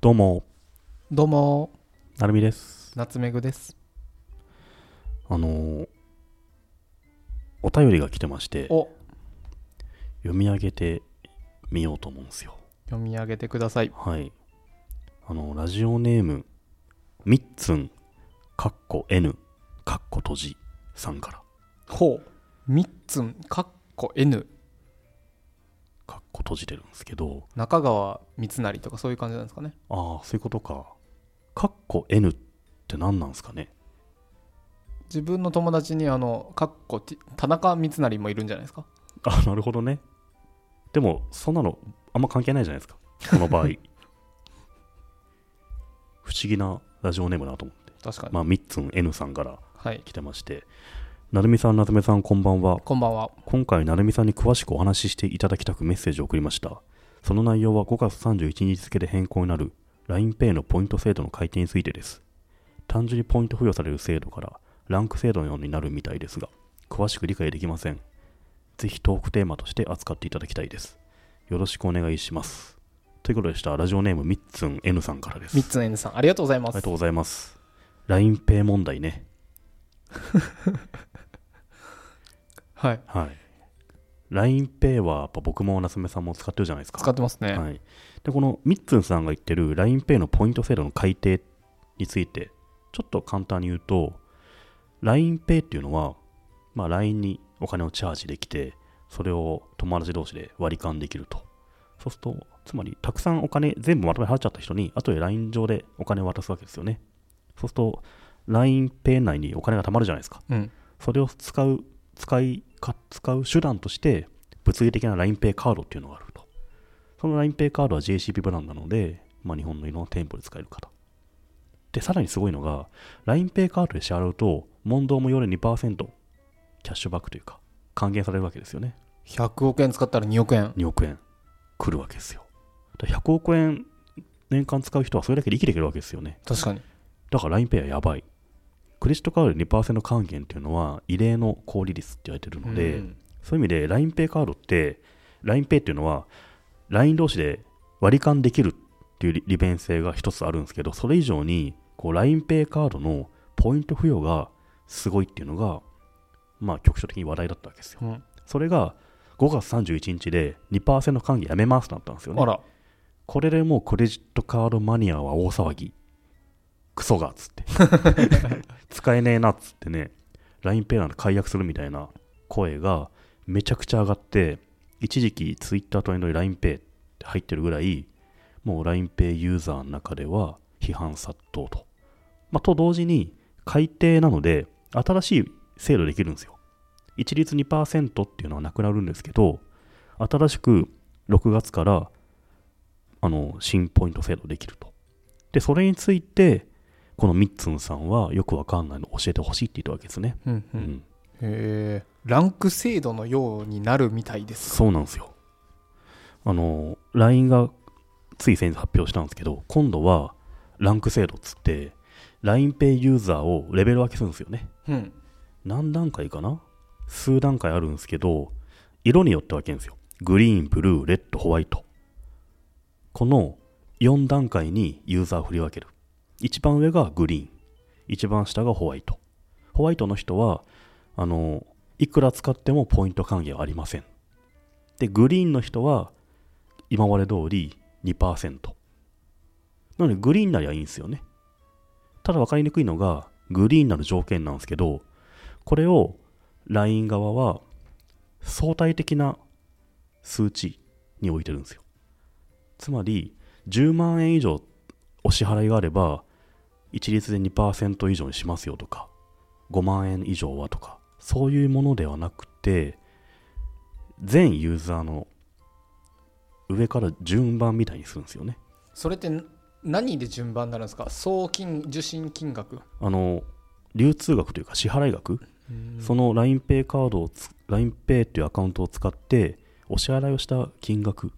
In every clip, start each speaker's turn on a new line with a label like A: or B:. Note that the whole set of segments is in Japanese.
A: どうも、
B: どうも、
A: なるみです。
B: ナツメグです。
A: あのーお便りが来てまして、
B: お、
A: 読み上げてみようと思うんですよ。
B: 読み上げてください。
A: はい。あの、ラジオネーム、みっつん、かっこ N、かっこ閉じさんから、
B: ほう、みっつん、かっこ N、
A: かっこ閉じてるんですけど、
B: 中川三成とかそういう感じなんですかね。
A: ああ、そういうことか。かっこ N って何なんですかね
B: 自分の友達に、あの、かっこ T 田中三成もいるんじゃないですか。
A: あ、なるほどね。でも、そんなのあんま関係ないじゃないですか。この場合。不思議なラジオネームだなと思って。
B: 確かに。
A: まあ、みっつん N さんから
B: はい、
A: 来てまして、なるみさん、なつめさん、こんばんは。
B: こんばんは。
A: 今回、なるみさんに詳しくお話ししていただきたくメッセージを送りました。その内容は5月31日付で変更になる LINEPay のポイント制度の改定についてです。単純にポイント付与される制度からランク制度のようになるみたいですが、詳しく理解できません。ぜひトークテーマとして扱っていただきたいです。よろしくお願いします。ということでした。ラジオネームみっつん N さんからです。
B: みっつん N さん、ありがとうございま
A: ありが
B: す
A: と。うございます。LINEPay 問題ね。
B: はい、
A: はい。LINEPay はやっぱ僕も夏目さんも使ってるじゃないですか。
B: 使ってますね。
A: はい、でこのミッツンさんが言ってる LINEPay のポイント制度の改定についてちょっと簡単に言うと LINEPay っていうのは、まあ、LINE にお金をチャージできてそれを友達同士で割り勘できるとそうするとつまりたくさんお金全部まとめて払っちゃった人に後で LINE 上でお金を渡すわけですよねそうすると LINEPay 内にお金が貯まるじゃないですか
B: うん、
A: それを使う、使いか、使う手段として、物理的な LINEPay カードっていうのがあると。その LINEPay カードは JCB ブランドなので、まあ、日本のいろんな店舗で使える方。で、さらにすごいのが、LINEPay カードで支払うと、問答無料で2%、キャッシュバックというか、還元されるわけですよね。
B: 100億円使ったら2億円。
A: 2億円来るわけですよ。だから100億円年間使う人はそれだけで生きていけるわけですよね。
B: 確かに。
A: だから LINEPay はやばい。クレジットカードで2%還元っていうのは異例の高利率って言われてるので、
B: うん
A: そういう意味で LINEPay カードって LINEPay っていうのは LINE 同士で割り勘できるっていう利利便性が一つあるんですけどそれ以上にこう LINEPay カードのポイント付与がすごいっていうのがまあ局所的に話題だったわけですよ
B: うん
A: それが5月31日で2%還元やめますとなったんですよね
B: あら、
A: これでもうクレジットカードマニアは大騒ぎ。クソがっつって。使えねえなっつってね、LINEPay なんて解約するみたいな声がめちゃくちゃ上がって、一時期 Twitter トレンドに LINEPay って入ってるぐらい、もう LINEPay ユーザーの中では批判殺到と。まあ、と同時に、改定なので、新しい制度できるんですよ。一律2%っていうのはなくなるんですけど、新しく6月からあの新ポイント制度できると。で、それについて、このミッツンさんはよくわかんないの教えてほしいって言ったわけですね。
B: うんう、
A: うんん
B: へえランク制度のようになるみたいです。
A: そうなんですよ。あの、LINE がつい先日発表したんですけど、今度はランク制度っつって、LINEPay ユーザーをレベル分けするんですよね。
B: うん、
A: 何段階かな数段階あるんですけど、色によって分けるんですよ。グリーン、ブルー、レッド、ホワイト。この4段階にユーザーを振り分ける。一番上がグリーン。一番下がホワイト。ホワイトの人は、あの、いくら使ってもポイント還元はありません。で、グリーンの人は、今まで通り2%。なので、グリーンなりはいいんですよね。ただ分かりにくいのが、グリーンなる条件なんですけど、これを LINE 側は相対的な数値に置いてるんですよ。つまり、10万円以上お支払いがあれば、一律で2%以上にしますよとか、5万円以上はとか、そういうものではなくて、全ユーザーの上から順番みたいにするんですよね。
B: それってな何で順番になるんですか送金受信金額
A: あの、流通額というか支払い額その LINEPay カードをつ LINEPay っていうアカウントを使ってお支払いをした金額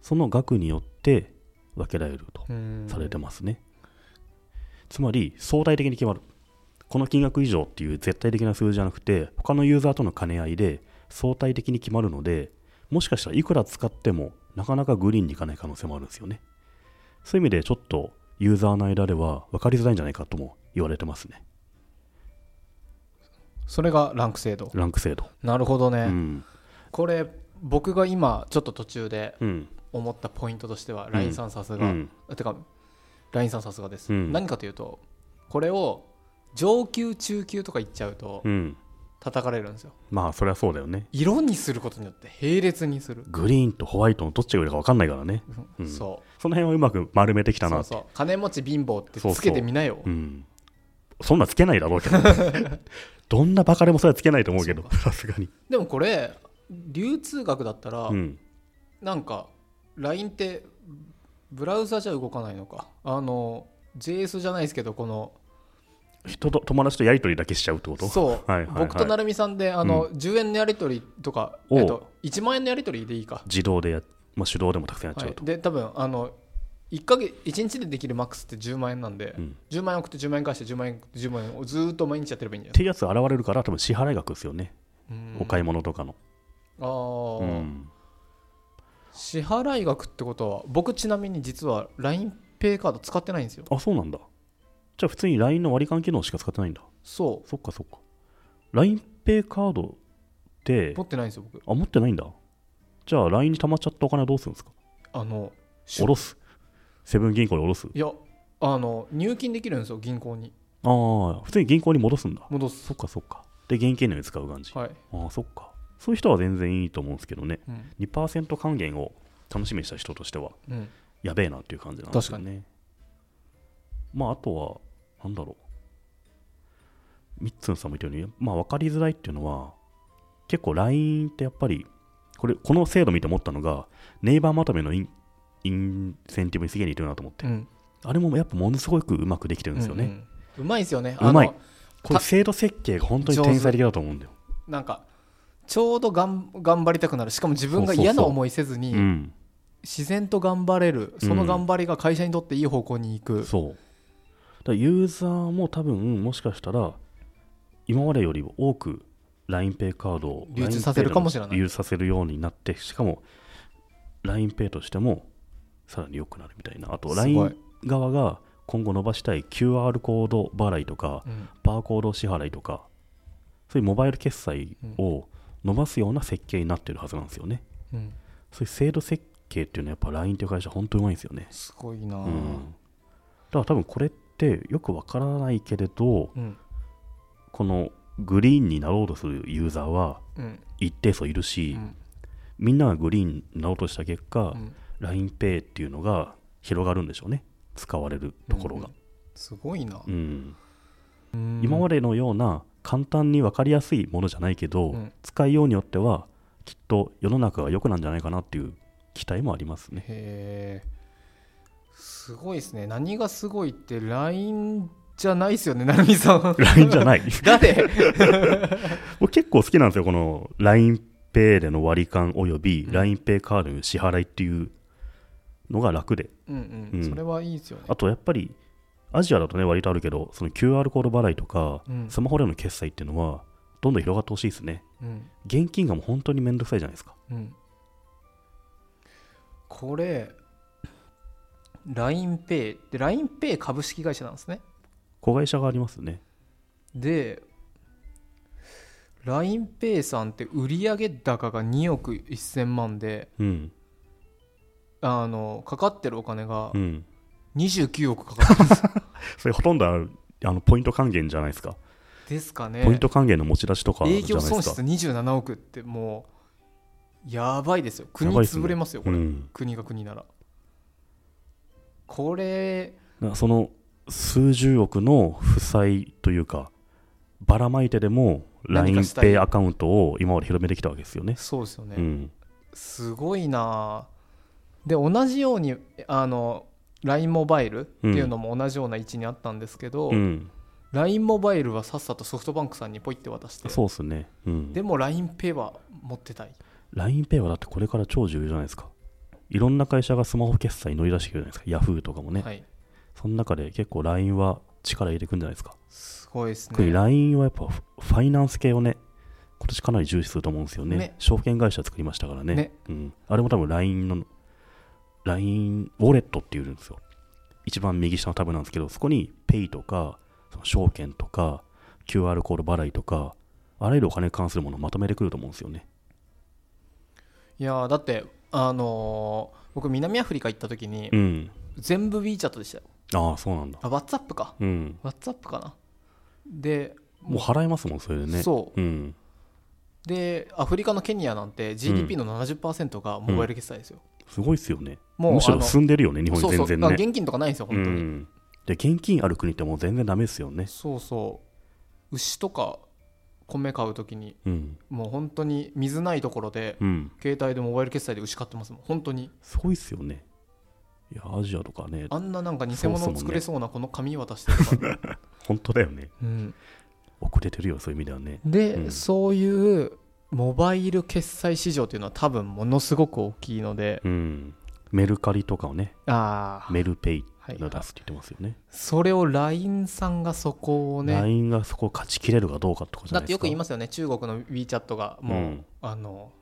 A: その額によって分けられると
B: うん
A: されてますね、つまり相対的に決まるこの金額以上っていう絶対的な数字じゃなくて他のユーザーとの兼ね合いで相対的に決まるのでもしかしたらいくら使ってもなかなかグリーンにいかない可能性もあるんですよねそういう意味でちょっとユーザーの間では分かりづらいんじゃないかとも言われてますね
B: それがランク制度
A: ランク制度、
B: なるほど
A: う
B: ね、
A: ん
B: これ僕が今ちょっと途中で
A: うん
B: 思ったポイントとしては LINE さんさす
A: う
B: が、
A: ん
B: てか LINE さんさすがです、
A: うん
B: 何かというとこれを上級中級とか言っちゃうと
A: うん
B: 叩かれるんですよ
A: まあそりゃそうだよね
B: 色にすることによって並列にする、
A: グリーンとホワイトのどっちが上か分かんないからねうん
B: そう
A: その辺はうまく丸めてきたな
B: そうそう金持ち貧乏ってつけてみなよ
A: うん、そんなつけないだろうけど どんなバカでもそれはつけないと思うけど
B: そ
A: さすがに、
B: でもこれ流通学だったら、
A: うん、
B: なんか LINE ってブラウザじゃ動かないのかあの JS じゃないですけどこの
A: 人と友達とやり取りだけしちゃうってこと
B: そう、
A: はいはいはい
B: 僕と成美さんであの、10円のやり取りとか、
A: おう
B: えっと、1万円のやり取りでいいか、
A: 自動でや、まあ、手動でもたくさんやっち
B: は
A: ゃう
B: い
A: と、、
B: で多分あの 1, か月1日でできるマックスって10万円なんで、
A: うん
B: 10万円送って10万円返して10万円10万円をずーっと毎日やってればいいん
A: っ
B: じゃない
A: ていうやつ現れるから多分支払い額ですよね、
B: うん
A: お買い物とかの、
B: あー、
A: うん
B: 支払い額ってことは僕ちなみに実は LINEPay カード使ってないんですよ
A: あそうなんだじゃあ普通に LINE の割り勘機能しか使ってないんだ
B: そ
A: そっかそっか LINEPay カードって
B: う持ってないんですよ僕
A: あ持ってないんだじゃあ LINE に溜まっちゃったお金はどうするんですか
B: あの
A: 下ろすセブン銀行に下ろす
B: いやあの入金できるんですよ銀行に
A: ああ普通に銀行に戻すんだ
B: 戻す
A: そっかそっか。で、現金のように使う感じ。
B: はい、
A: ああ、そっか。そういう人は全然いいと思うんですけどね。
B: うん
A: 2%還元を楽しみにした人としては、
B: うん、
A: やべえなっていう感じなんですよね。まあ、あとは、なんだろう。みっつんさんも言ったように、まあ、分かりづらいっていうのは、結構 LINE ってやっぱり、これ、この制度見て思ったのが、ネイバーまとめのインインセンティブにすげえ似てるなと思って、
B: うん
A: あれもやっぱものすごくうまくできてるんですよね。
B: うんうんうまいですよね
A: うまい
B: あの
A: これ制度設計が本当に天才的だと思うんだよ。
B: なんかちょうどがん頑張りたくなるしかも自分が嫌な思いせずに
A: うん、
B: 自然と頑張れるその頑張りが会社にとっていい方向に行く、
A: そうだからユーザーも多分もしかしたら今までより多く LINEPay カードを
B: 流通させるかもしれない
A: LINEPay 流通させるようになってしかも LINEPay としてもさらに良くなるみたいなあと
B: すご
A: LINE
B: い、
A: 側が今後伸ばしたい QR コード払いとか
B: うん
A: バーコード支払いとかそういうモバイル決済を伸ばすような設計になってるはずなんですよね
B: うん、
A: そういう制度設計っていうのはやっぱ LINE という会社本当にうまいんですよね
B: すごいなあ、
A: うんだから多分これってよくわからないけれど
B: うん
A: このグリーンになろうとするユーザーは
B: うん
A: 一定数いるし、
B: うん
A: みんながグリーンになろうとした結
B: う
A: 果、
B: ん
A: LINEPay っていうのが広がるんでしょうね使われるところが、
B: すごいな、
A: うん
B: うん
A: 今までのような簡単に分かりやすいものじゃないけど、
B: うん
A: 使いようによってはきっと世の中が良くなんじゃないかなっていう期待もありますね
B: へえすごいですね何がすごいって LINE じゃないですよね成美さ ん
A: LINE じゃない
B: 誰
A: 僕結構好きなんですよ、この LINEPay での割り勘および
B: うん
A: LINEPay カードの支払いっていうのが楽で、
B: うん
A: う
B: うんんそれはいいですよね
A: あとやっぱりアジアだとね、割とあるけど、その QR コード払いとか、
B: うん
A: スマホでの決済っていうのは、どんどん広がってほしいですね。
B: うん
A: 現金がもう本当にめんどくさいじゃないですか。
B: うんこれ LINEPay で LINEPay 株式会社なんですね
A: 子会社がありますね。
B: で LINEPay さんって売上高が2億1000万で
A: うん。
B: あのかかってるお金が
A: うん。
B: 29億かかってる んです
A: それほとんどあるあのポイント還元じゃないですか。
B: ですかね
A: ポイント還元の持ち出しとかじゃな
B: 営
A: いで
B: 業
A: すか。
B: 損失27億ってもうやばいですよ国
A: やばいっすね
B: 潰れますよこ
A: う
B: れ、
A: ん。
B: 国が国ならこれ
A: なその数十億の負債というかばらまいてでも
B: 何かしたい
A: LINEPay アカウントを今まで広めてきたわけですよね。
B: そうですよね、
A: うん、
B: すごいなあで同じようにあの LINE モバイルっていうのも同じような位置にあったんですけど、
A: うん、
B: LINE モバイルはさっさとソフトバンクさんにポイって渡して
A: そうですね。うん、
B: でも LINEPay は持ってたい
A: LINEPay はだってこれから超重要じゃないですか。いろんな会社がスマホ決済に乗り出してくるじゃないですか。Yahoo とかもね。
B: はい
A: その中で結構 LINE は力入れてくんじゃないですか。
B: すごいです
A: 特に
B: ね
A: LINE はやっぱフファイナンス系をね、今年かなり重視すると思うんですよね。
B: ね
A: 証券会社作りましたからね。
B: ね
A: うん、あれも多分 LINE の、LINE ウォレットっていうんですよ。一番右下のタブなんですけどそこに Pay とかその証券とか QR コード払いとかあらゆるお金に関するものをまとめてくると思うんですよね
B: いやーだってあのー僕南アフリカ行った時に
A: うん
B: 全部 WeChat でしたよ
A: ああそうなんだ
B: あ WhatsApp か
A: うん
B: WhatsApp かなで
A: もう払えますもんそれでね
B: そう
A: うん
B: でアフリカのケニアなんて GDP の70%がモバイル決済ですよ、
A: すごいですよね
B: もう
A: むし
B: あ
A: ろ
B: の
A: 進んでるよね日本
B: そうそ
A: 全
B: う
A: 然
B: だ
A: ね
B: から現金とかないんですよ
A: う
B: 本当に、
A: んで現金ある国ってもう全然ダメですよね
B: そうそう牛とか米買う時に
A: うん
B: もう本当に水ないところで
A: うん
B: 携帯でモバイル決済で牛買ってますもん本当に
A: すごいですよねいやアジアとかね
B: あんななんか偽
A: そうっすもん
B: 物
A: ね
B: を作れそうなこの紙渡して るから、
A: 本当だよね
B: うん
A: 遅れてるよそういう意味ではね
B: で、
A: うん
B: そういうモバイル決済市場というのは多分ものすごく大きいので
A: うんメルカリとかをね
B: ああ
A: メルペイ
B: はい
A: の出すって言ってますよね
B: それを LINE さんがそこをね
A: LINE がそこを勝ちきれるかどうかってことじゃな
B: だっ
A: い
B: て
A: で
B: よ
A: す
B: く
A: か
B: 言いますよね中国の WeChat がもう、
A: うん
B: あの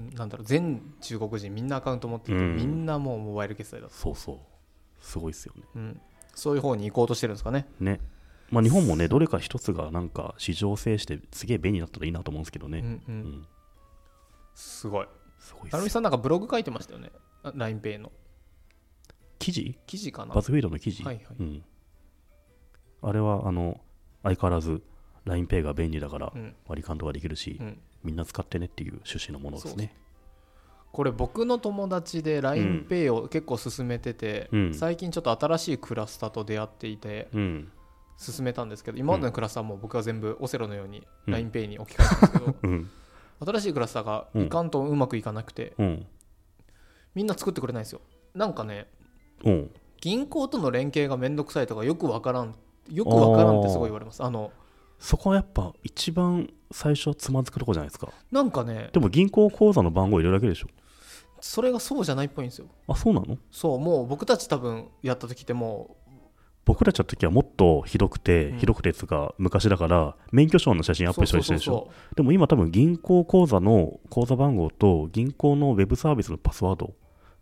B: んなんだろう全中国人みんなアカウント持ってて、
A: うん
B: みんなもうモバイル決済だと、
A: そうそうすごいですよね
B: うん、そういう方に行こうとしてるんですかね
A: ねまあ、日本もねどれか一つがなんか市場制してすげえ便利になったらいいなと思うんですけど
B: う
A: ね、
B: んう
A: うん
B: ん、すごい
A: すごいっ
B: 成
A: す
B: 美さんなんかブログ書いてましたよね LINEPay の
A: 記事
B: 記事かな
A: バズフィードの記事、
B: はいはい
A: うん、あれはあの相変わらず LINEPay が便利だから
B: うん
A: 割り勘とかできるし、
B: うん
A: みんな使ってねっていう趣旨のものですね
B: これ僕の友達で LINEPay を結構進めてて、
A: うん
B: 最近ちょっと新しいクラスターと出会っていて
A: うん
B: 進めたんですけど今までのクラスターも僕は全部オセロのように
A: うん
B: LINEPay に置き換えたんですけど、
A: うん
B: 新しいクラスターが
A: うん
B: いかんとうまくいかなくて、
A: うん
B: みんな作ってくれないんですよなんかね
A: うん
B: 銀行との連携がめんどくさいとかよくわからんよくわからんってすごい言われますあの
A: そこはやっぱ一番最初つまずくとこじゃないですか
B: なんかね
A: でも銀行口座の番号入れるだけでしょ
B: それがそうじゃないっぽいんですよ
A: あそうなの
B: そうもう僕たち多分やった時っても
A: 僕たちの時はもっとひどくて、
B: うん
A: ひどくてつか昔だから免許証の写真
B: う
A: アップしたりしてる
B: そう
A: でし
B: そう
A: ょ
B: そ
A: でも今多分銀行口座の口座番号と銀行のウェブサービスのパスワード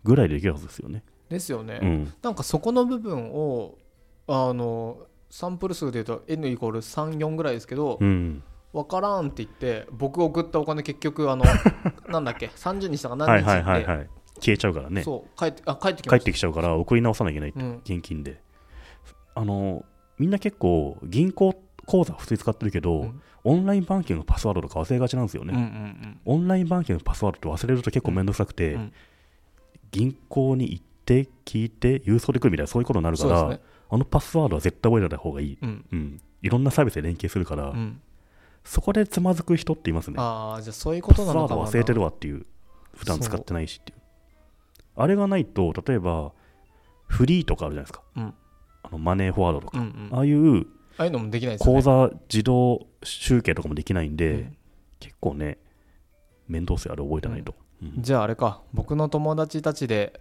A: ぐらいでできるはずですよね、
B: うですよね、
A: うん、
B: なんかそこの部分をあのサンプル数でいうと N イコール34ぐらいですけど、
A: うん、
B: わからんって言って僕送ったお金結 局あのなんだっけ30にしたか
A: は
B: 何
A: い
B: 日って、
A: はいはいはい消えちゃうからね
B: そう帰ってあ帰ってき
A: 帰
B: ま
A: っ
B: して
A: きちゃうから送り直さなきゃいけない
B: た、うん、
A: 現金であのみんな結構銀行口座普通に使ってるけど、
B: うん
A: オンラインバンキングのパスワードとか忘れがちなんですよね、
B: うんうんうん
A: オンラインバンキングのパスワードって忘れると結構面倒くさくて、
B: うんうん
A: 銀行に行って聞いて郵送で来るみたいなそういうことになるか
B: そうで
A: ら、
B: すね
A: あのパスワードは絶対覚えてない方がいい、
B: うん
A: うん、いろんなサービスで連携するから、
B: うん
A: そこでつまずく人っていますね
B: ああじゃあそういうこ
A: パス
B: と
A: ワ
B: なの
A: ー
B: か
A: ド
B: もな
A: 忘れてるわっていう普段使ってないしっていうあれがないと例えばフリーとかあるじゃないですか、
B: うん
A: あのマネーフォワードとか、
B: うんうん
A: ああいう
B: ああいうのもできないですよ
A: 口
B: ね
A: 座自動集計とかもできないんで、
B: うん
A: 結構ね面倒せあれ覚えてないと、うん
B: じゃああれか僕の友達たちで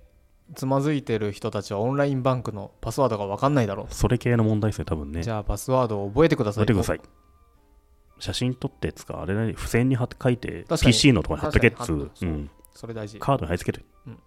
B: つまずいてる人たちはオンラインバンクのパスワードが分かんないだろ
A: それ系の問題ですね多分
B: う
A: ね
B: じゃあパスワードを覚えてくださ
A: 待
B: い
A: ってください写真撮ってつかあれね付箋に貼って書いて
B: 確かに
A: PC のところに貼っとけっつ
B: 確かに
A: う
B: 貼っとく
A: うん
B: それ大事
A: カードに貼り付けて
B: うん